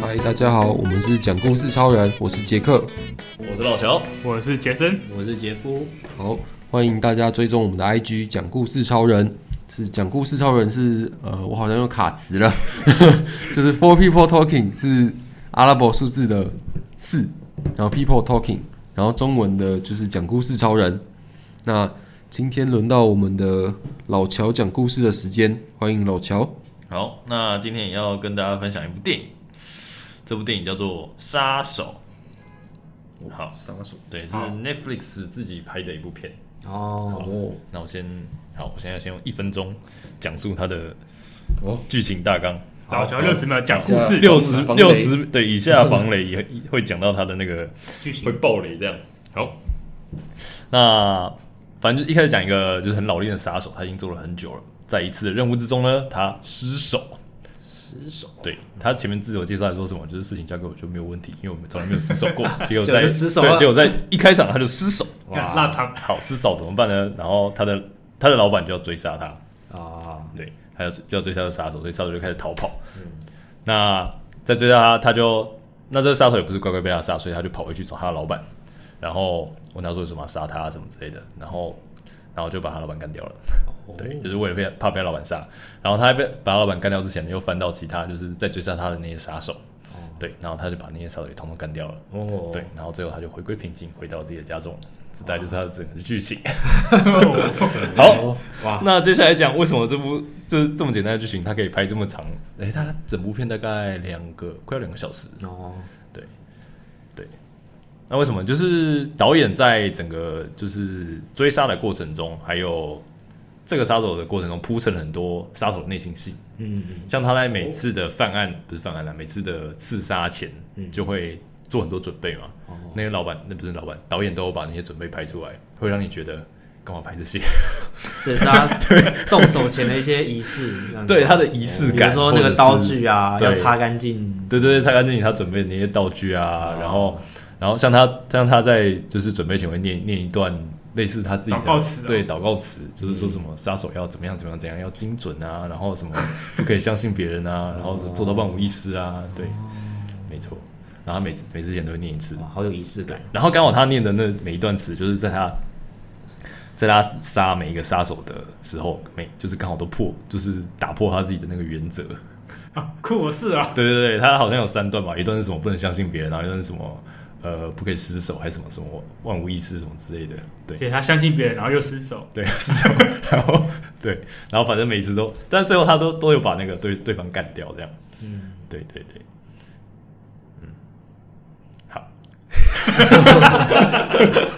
嗨，大家好，我们是讲故事超人，我是杰克。我是老乔，我是杰森，我是杰夫，好，欢迎大家追踪我们的 IG 讲故事超人。是讲故事超人是呃，我好像又卡词了， 就是 Four People Talking 是阿拉伯数字的四，然后 People Talking，然后中文的就是讲故事超人。那今天轮到我们的老乔讲故事的时间，欢迎老乔。好，那今天也要跟大家分享一部电影，这部电影叫做《杀手》。好，杀手对，是 Netflix 自己拍的一部片。哦那我先，好，我现在先用一分钟讲述它的哦剧情大纲。老乔六十秒讲故是事，六十防雷六十对以下防雷也也会讲到他的那个剧会情爆雷这样。好，那反正就一开始讲一个就是很老练的杀手，他已经做了很久了，在一次的任务之中呢，他失手。失手，对他前面自我介绍还说什么，就是事情交给我就没有问题，因为我们从来没有失手 过。结果在就失手了对，结果在一开场他就失手，干腊肠， 好失手怎么办呢？然后他的他的老板就要追杀他，啊，对，还有就要追杀的杀手，所以杀手就开始逃跑。那在追杀他，他就那这个杀手也不是乖乖被他杀，所以他就跑回去找他的老板，然后问他说为什么要杀他啊什么之类的，然后然后就把他老板干掉了。对，就是为了被怕被他老板杀。然后他被把他老板干掉之前呢，又翻到其他就是在追杀他的那些杀手。对，然后他就把那些杀手也统统干掉了。哦，对，，然后最后他就回归平静，回到自己的家中。这大概就是他的整个剧情。 好，哦哇那接下来讲为什么这部就是这么简单的剧情，它可以拍这么长？诶，它整部片大概两个，快要两个小时。哦，对，对。那为什么？就是导演在整个就是追杀的过程中，还有这个杀手的过程中，铺陈了很多杀手的内心戏。嗯，像他在每次的犯案、不是犯案啦，每次的刺杀前、就会做很多准备嘛。哦那些老板，那不是老板，导演都有把那些准备拍出来，会让你觉得干嘛拍这些？所以是他动手前的一些仪式，这样子 对他的仪式比如感，说那个刀具啊，对要擦干净，对对对，蔡干正他准备的那些道具啊，哦然后然后像他像他在就是准备前会念念一段类似他自己的祷告词啊嗯对祷告词，就是说什么杀手要怎么样怎么样怎样要精准啊，哦然后什么不可以相信别人 啊，然后做到万无一失啊，哦对，没错。然后他每次每次前都会念一次，哇，好有仪式感，然后刚好他念的那每一段词，就是在他在他杀每一个杀手的时候，每就是刚好都破，就是打破他自己的那个原则。酷是啊， 对对对，他好像有三段吧，一段是什么不能相信别人，然后一段是什么呃不可以失手，还是什么什么万无一失什么之类的。对对他相信别人，然后又失手，对， 失手，然后对，然后反正每次都，但最后他都都有把那个对对方干掉，这样。嗯，对对对，嗯，好，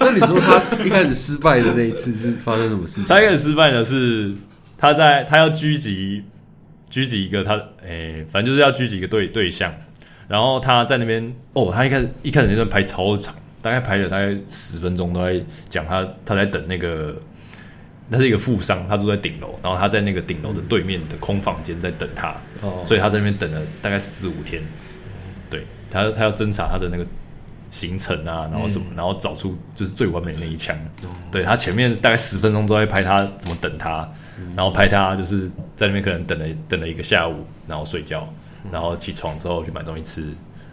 那你说他一开始失败的那一次是发生什么事情？他一开始失败的是他在他要狙击狙击一个他诶、反正就是要狙击一个对对象，然后他在那边哦，他一开始一开始那段拍超长，大概拍了大概十分钟都在讲他他在等那个。他是一个富商，他住在顶楼，然后他在那个顶楼的对面的空房间在等他，哦所以他在那边等了大概四五天。对他，他要侦查他的那个行程啊，然后什么，然后找出就是最完美的那一枪。对他前面大概十分钟都在拍他怎么等他，然后拍他就是在那边可能等了等了一个下午，然后睡觉，然后起床之后去买东西吃，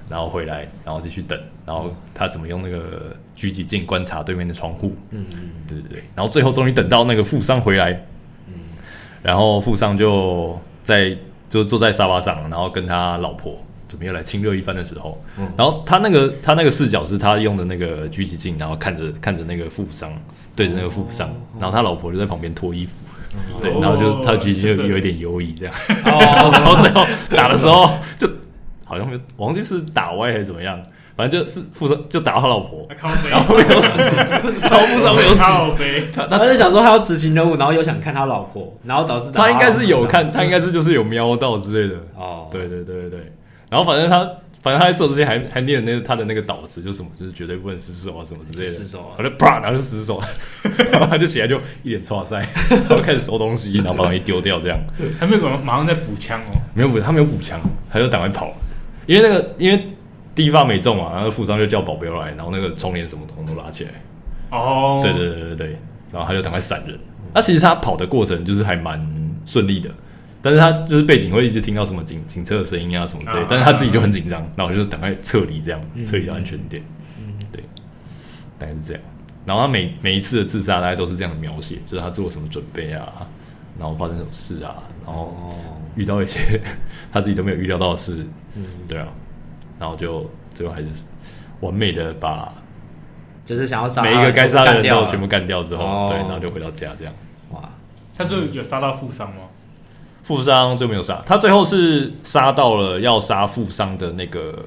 然后回来，然后继续等，然后他怎么用那个狙击镜观察对面的窗户。嗯，对对对，然后最后终于等到那个富商回来，然后富商就在就坐在沙发上，然后跟他老婆准备要来亲热一番的时候，然后他那个他那个视角是他用的那个狙击镜，然后看着看着那个富商，对着那个富商，然后他老婆就在旁边脱衣服。对，然后就他的狙击是哦就是有一点犹疑这样，哦，然后最后打的时候就好像没有，忘记是打歪还是怎么样，反正就是富商就打到他老婆啊，靠背，然后没有死，然后富商没有死，靠背，他就想说他要执行任务，然后又想看他老婆，然后导 致他应该是有看，他应该是就是有瞄到之类的。哦，对对对对对。然后反正他，反正他在射之前还还念了那个他的那个导词，就是什么，就是绝对不能失手啊什么之类的。失手啊然后就啪，然后就失手， 然后他就起来就一脸挫塞， 然后开始收东西，然后把东西丢掉这样。他们有马上在补枪哦，没有补，他没有补枪，他就赶快跑了，因为那个因为第一发没中嘛，然后富商就叫保镖来，然后那个窗帘什么通通都拉起来。哦，对对对对对，然后他就赶快闪人。那其实他跑的过程就是还蛮顺利的，但是他就是背景会一直听到什么警警车的声音啊什么之类啊，嗯但是他自己就很紧张，然后我就赶快撤离，这样撤离到安全点。对，大概是这样。然后他每每一次的自杀，大概都是这样的描写，就是他做了什么准备啊，然后发生什么事啊，然后哦遇到一些他自己都没有预料到的事，嗯对啊，然后就最后还是完美的把就是想要杀每一个该杀的干人掉都了全部干掉之后，哦对，然后就回到家这样。哇，他就有杀到哦负伤吗？富商最后没有杀，他最后是杀到了要杀富商的那个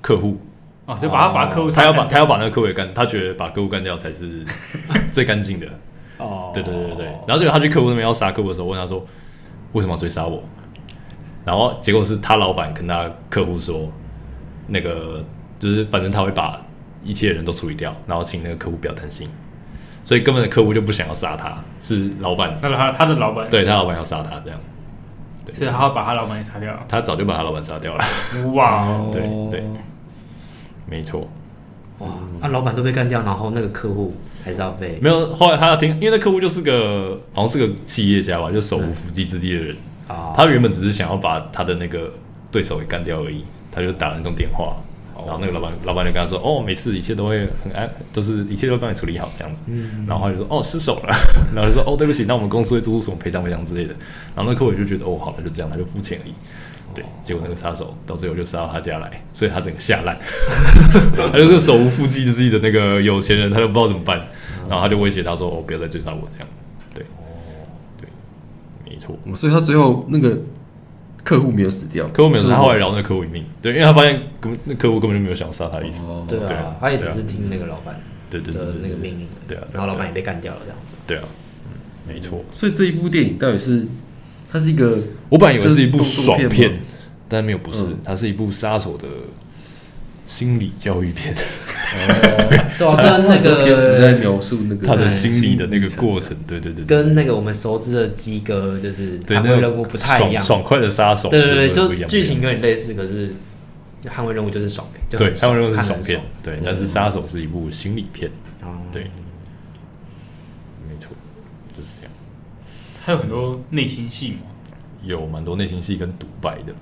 客户，哦，就把他把客户他杀要把干掉他要把那个客户也干，他觉得把客户干掉才是最干净的。哦，对对对对对。然后结果他去客户那边要杀客户的时候，问他说为什么要追杀我？然后结果是他老板跟他客户说，那个就是反正他会把一切人都处理掉，然后请那个客户不要担心。所以根本的客户就不想要杀他，是老板那他他的老板，对他老板要杀他这样，所以他要把他老板也杀掉。他早就把他老板杀掉了。哇哦，对对，没错，哇，那老板都被干掉，然后那个客户还是要被没有。后来他要听，因为那客户就是个好像是个企业家吧，就手无缚鸡之力的人。啊，他原本只是想要把他的那个对手给干掉而已，他就打了那通电话，然后那个老板老板就跟他说：“哦，没事，一切都会很安，就是一切都会帮你处理好这样子。”然后他就说：“哦，失手了。” 然后就说：“哦，对不起，那我们公司会做出什么赔偿赔偿之类的。”然后那客户就觉得：“哦，好了，就这样，他就付钱而已。”对，结果那个杀手到最后就杀到他家来，所以他整个吓烂，他就是手无缚鸡之力的那个有钱人，他都不知道怎么办，然后他就威胁他说：“哦，不要再追杀我这样。”对，对，没错。哦所以他最后那个客户没有死掉，客户没有，他后来饶那客户一命，对，因为他发现根本那客户根本就没有想要杀他的意思，哦对对啊啊，他也只是听那个老板对对对的那对个命令，对啊对啊然后老板也被干掉了这样子，对啊，没错。所以这一部电影到底是它是一个我本来以为是一部爽这是动作片片吗，但没有，不是嗯，它是一部杀手的心理教育片，对啊，跟它那很多篇幅在个描述那个他的心理的那个过程，对对对，对跟那个我们熟知的鸡哥就是对捍那卫个任务不太一样，爽爽快的杀手，对对对，不一就样剧情有点类似，可是捍卫任务就是爽片，就对，很捍爽卫任务是爽看得片很，对，但是杀手是一部心理片，爽，哦对，嗯没错，就是这样，他有很多内心戏嘛。 有蛮多内心戏跟独白的，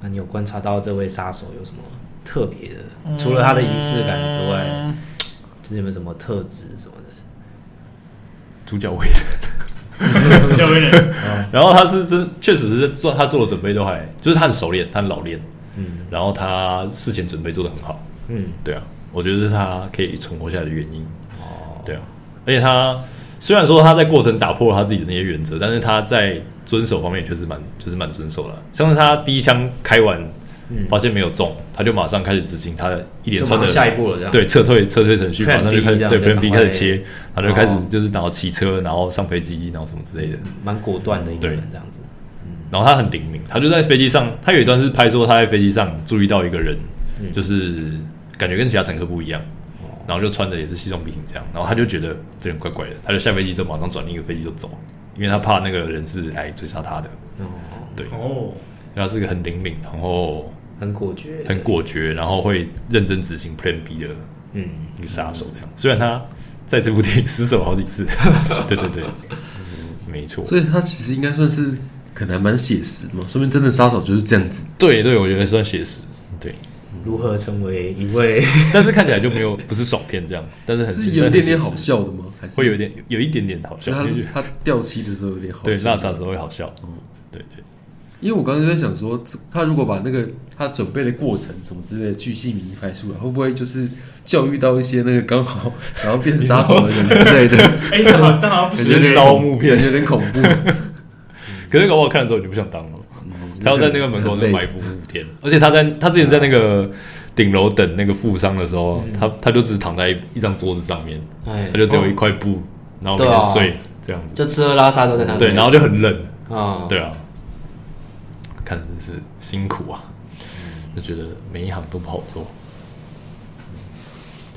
那你有观察到这位杀手有什么特别的？除了他的仪式感之外，就是有没有什么特质什么的？主角位置。下面人然后他是真确实是做他做的准备都还，就是他很熟练，他很老练，嗯，然后他事前准备做的很好，嗯，对啊，我觉得是他可以存活下来的原因，哦，对啊，而且他虽然说他在过程打破了他自己的那些原则，但是他在遵守方面确实蛮就是蛮遵守的，像是他第一枪开完嗯。发现没有中，他就马上开始执行他一连就串马的上下一步了，这样。对，撤退撤退程序， Plan 马上就开始 B 这样对就 Plan B 赶开快始切，然后就开始哦就是然后骑车，然后上飞机，然后什么之类的，蛮果断的一个对人这样子。然后他很灵敏，他就在飞机上，他有一段是拍说他在飞机上注意到一个人，嗯就是感觉跟其他乘客不一样，哦然后就穿的也是西装笔挺这样，然后他就觉得这人怪怪的，他就下飞机之后马上转另一个飞机就走，因为他怕那个人是来追杀他的，哦，对，哦，然后他是一个很灵敏，然后很果决。很果决，然后会认真执行 Plan B 的嗯，一个杀手这样，虽然他在这部电影失手好几次，对对对，没错，所以他其实应该算是可能还蛮写实嘛，说明真的杀手就是这样子。对对，我觉得算写实，对。如何成为一 位？但是看起来就没有不是爽片这样，但是很是有一点点好，笑的吗？还是会有一？点有一点点好所以笑，就是他他掉漆的时嗯候有点好笑。对辣茶时候会好笑，对对因为我刚刚在想说，这他如果把那个他准备的过程什么之类的巨细靡遗拍出来，会不会就是教育到一些那个刚好想要变成杀手的人之类的？ 哎，这好像这好像不感觉有行是点招募片 感觉有点恐怖。可是搞不好看了之后你就不想当了，他要在那个门嗯口很那累埋伏五天，而且他在他之前在那个顶楼等那个富商的时候，嗯他他就只躺在一一张桌子上面，哎他就哦只有一块布，然后每对啊天睡这样子，就吃喝拉撒都在那里。对，然后就很冷，哦啊，对啊，看得真是辛苦啊，嗯就觉得每一行都不好做，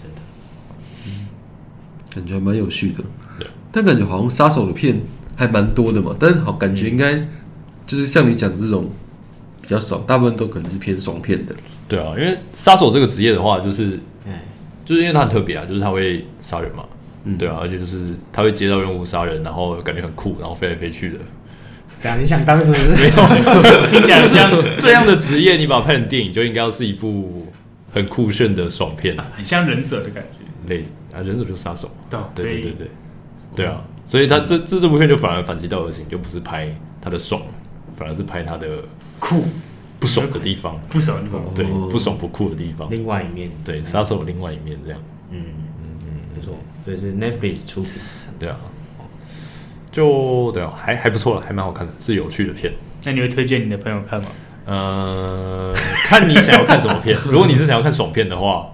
真的感觉还蛮有趣的对。但感觉好像杀手的片还蛮多的嘛，但是好感觉应该就是像你讲的这种比较少，大部分都可能是偏爽片的。对啊，因为杀手这个职业的话，就是哎，就是因为他很特别啊，就是他会杀人嘛，嗯对啊，而且就是他会接到任务杀人，然后感觉很酷，然后飞来飞去的，这样你想当是不是？听起来像这样的职业，你把它拍成电影，就应该要是一部很酷炫的爽片，啊很像忍者的感觉，类似啊，忍者就是杀手嘛，到对对对对，对对啊，所以他这这这部片就反而反其道而行，就不是拍他的爽，反而是拍他的酷不爽的地方，不熟，你不熟对，不爽不酷的地方，另外一面，对，杀手另外一面这样，嗯嗯，没错，所以是 Netflix 出品，对啊，就对啊，还还不错了，还蛮好看的，是有趣的片。那你会推荐你的朋友看吗？呃， 看你想要看什么片。如果你是想要看爽片的话，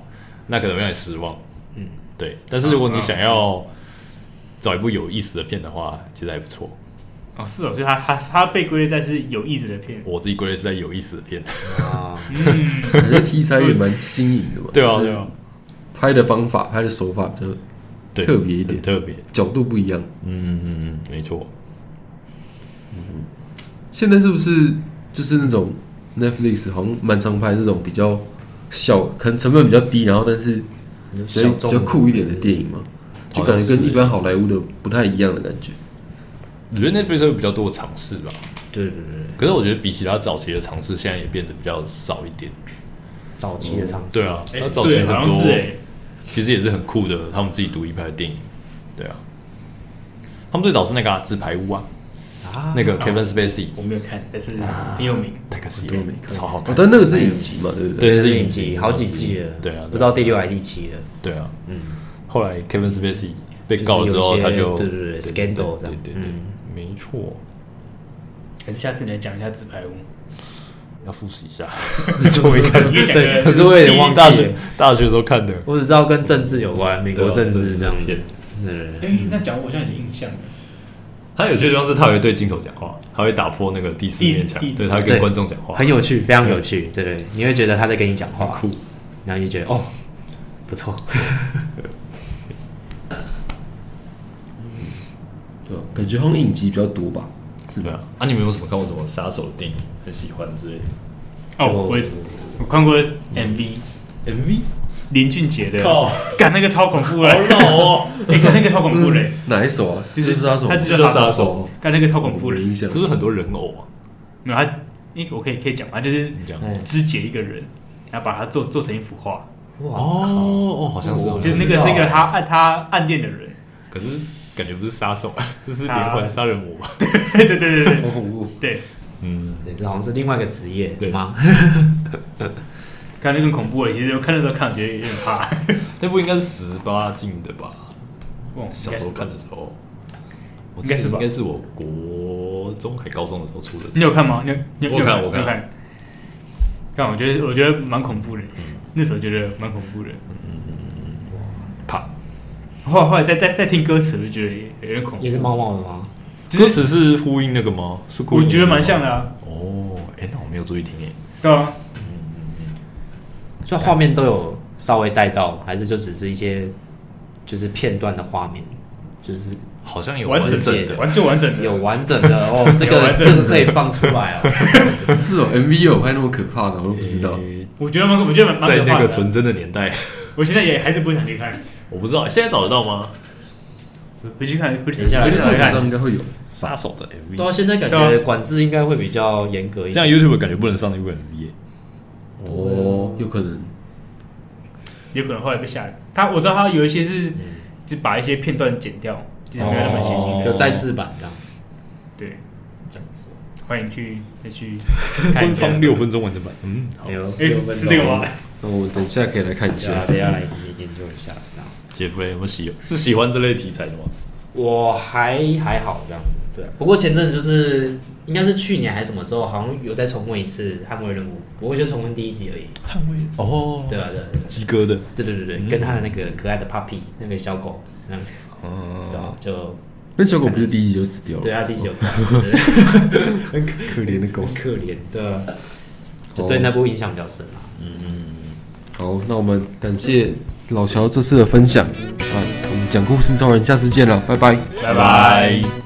那可能会让你失望。嗯嗯，对。但是如果你想要找一部有意思的片的话，其实还不错。哦，是哦，所以他他他被归类在是有意思的片，我自己归类是在有意思的片。。啊，嗯，感觉题材也蛮新颖的嘛 对啊就是对啊拍的方法、拍的手法就对，特别一点很特别。角度不一样。嗯嗯嗯，没错。现在是不是就是那种 Netflix 好像蛮常拍这种比较小，可能成本比较低，然后但是你所以就比较酷一点的电影嘛，就好感像觉是跟一般好莱坞的不太一样的感觉。我觉得 Netflix 有比较多的尝试吧，对对对，对可是我觉得比起它早期的尝试，现在也变得比较少一点。早期的尝试，对啊，它哎早期对很好像是多哎，其实也是很酷的，他们自己独立拍的电影。对啊，他们最早是那个啊纸牌屋啊，啊，那个 Kevin Spacey 我没有看，但是啊很有名，那个是我都没看超好哦看，，但那个是影集嘛，对不对？对，这是是影影集集，好几季了，对啊，不知道第六还是第七了，对啊，嗯，后来 Kevin Spacey 被告了之后，就是有他一些就对对对 scandal 这对样嗯对对，没错，还是下次你来讲一下纸 牌屋，要复习一下，就没看， 因为讲的对，可是我 有点忘记大学大学时候看的，我只知道跟政治有关，美对国啊政治这样片子，。对对对，哎，那讲我好像有印象了，他有趣的地方是，他会对镜头讲话，他会打破那个第四第四面墙第，对他会跟对观众讲话，很有趣，非常有趣，对对，你会觉得他在跟你讲话，酷，然后你就觉得哦，不错，对啊，感觉好像影集比较多吧。是吧？啊，你们有什么看过什么杀手电影很喜欢之类的哦，就我也我看过 MV MV？林俊杰的，靠，干那个超恐怖的，好老哦， 哎，干那个超恐怖的，哪一首啊？就是杀手，他就这是叫杀手，干那个超恐怖我的没，印象是。不是很多人偶啊？没有他，因为我可以可以讲嘛，他就是你讲哎肢解一个人，然后把他做做成一幅画，哇哦哦，好像是，好像就是那个是欸一个他暗他暗恋的人， 可是感觉不是杀手， 这啊是连环杀人魔吧？对对对对好恐怖！对，嗯，对，这好像是另外一个职业，对吗？ 看那个更恐怖了。其实我看的时候看，我觉得有点 怕。那部应该是十八禁的吧？哇小时候看的，时候，我应该是吧应该是我国中还高中的时候出的。你有看吗？你有你有我看我你看有看。看，我觉得我觉得蛮恐怖的，嗯那时候觉得蛮恐怖的。怕？后来后来再再再听歌词，我就觉得有点恐怖也。是猫猫的吗？就是歌词是呼应那个吗？是呼应我觉得蛮像的的啊，吗。哦，哎，那我没有注意听诶。对啊，所以画面都有稍微带到，还是就只是一些就是片段的画面，就是好像有完整整的的，完就完整的。有完整的哦， 这有个完整这的个可以放出来哦。这种 MV 有拍那么可怕的，我都不知道。哎诶我觉得蛮我觉得蛮蛮在可那怕个的啊。纯真的年代，我现在也还是不会想去看，我不知道现在找得到吗？回去看，回去等一下回去我找觉得网来看上。应该会有。杀手的对啊， MV，现在感对觉管制应该会比较严格一这样点。 YouTube 感觉不能上那部 MV 耶。哦，有可能。有可能后来被吓了。他我知道他有一些是就把一些片段剪掉，就是没有那么血腥嗯哦的。有再制版这样，对，这样子。欢迎去再去看官一下。方六分钟完整版，嗯，好哎，呦，六哎，分是钟这个吗？？那我等一下可以来看一对啊下，。等一下来研究一下这样。杰夫雷有没有喜是喜欢这类题材的吗？我还还好这样子，对啊、不过前阵子就是应该是去年还是什么时候，好像有再重温一次《捍卫任务》，不过就重温第一集而已。捍卫哦，对啊，对啊对啊鸡哥的，对对对对，嗯跟他的那个可爱的 puppy 那个小狗，嗯，嗯对啊，就那小狗不是第一集就死掉了？对啊，第九个可怜的狗很。可怜的，就对那部印象比较深啊。好，那我们感谢老乔这次的分享啊，我们讲故事超人下次见了，拜拜。拜拜。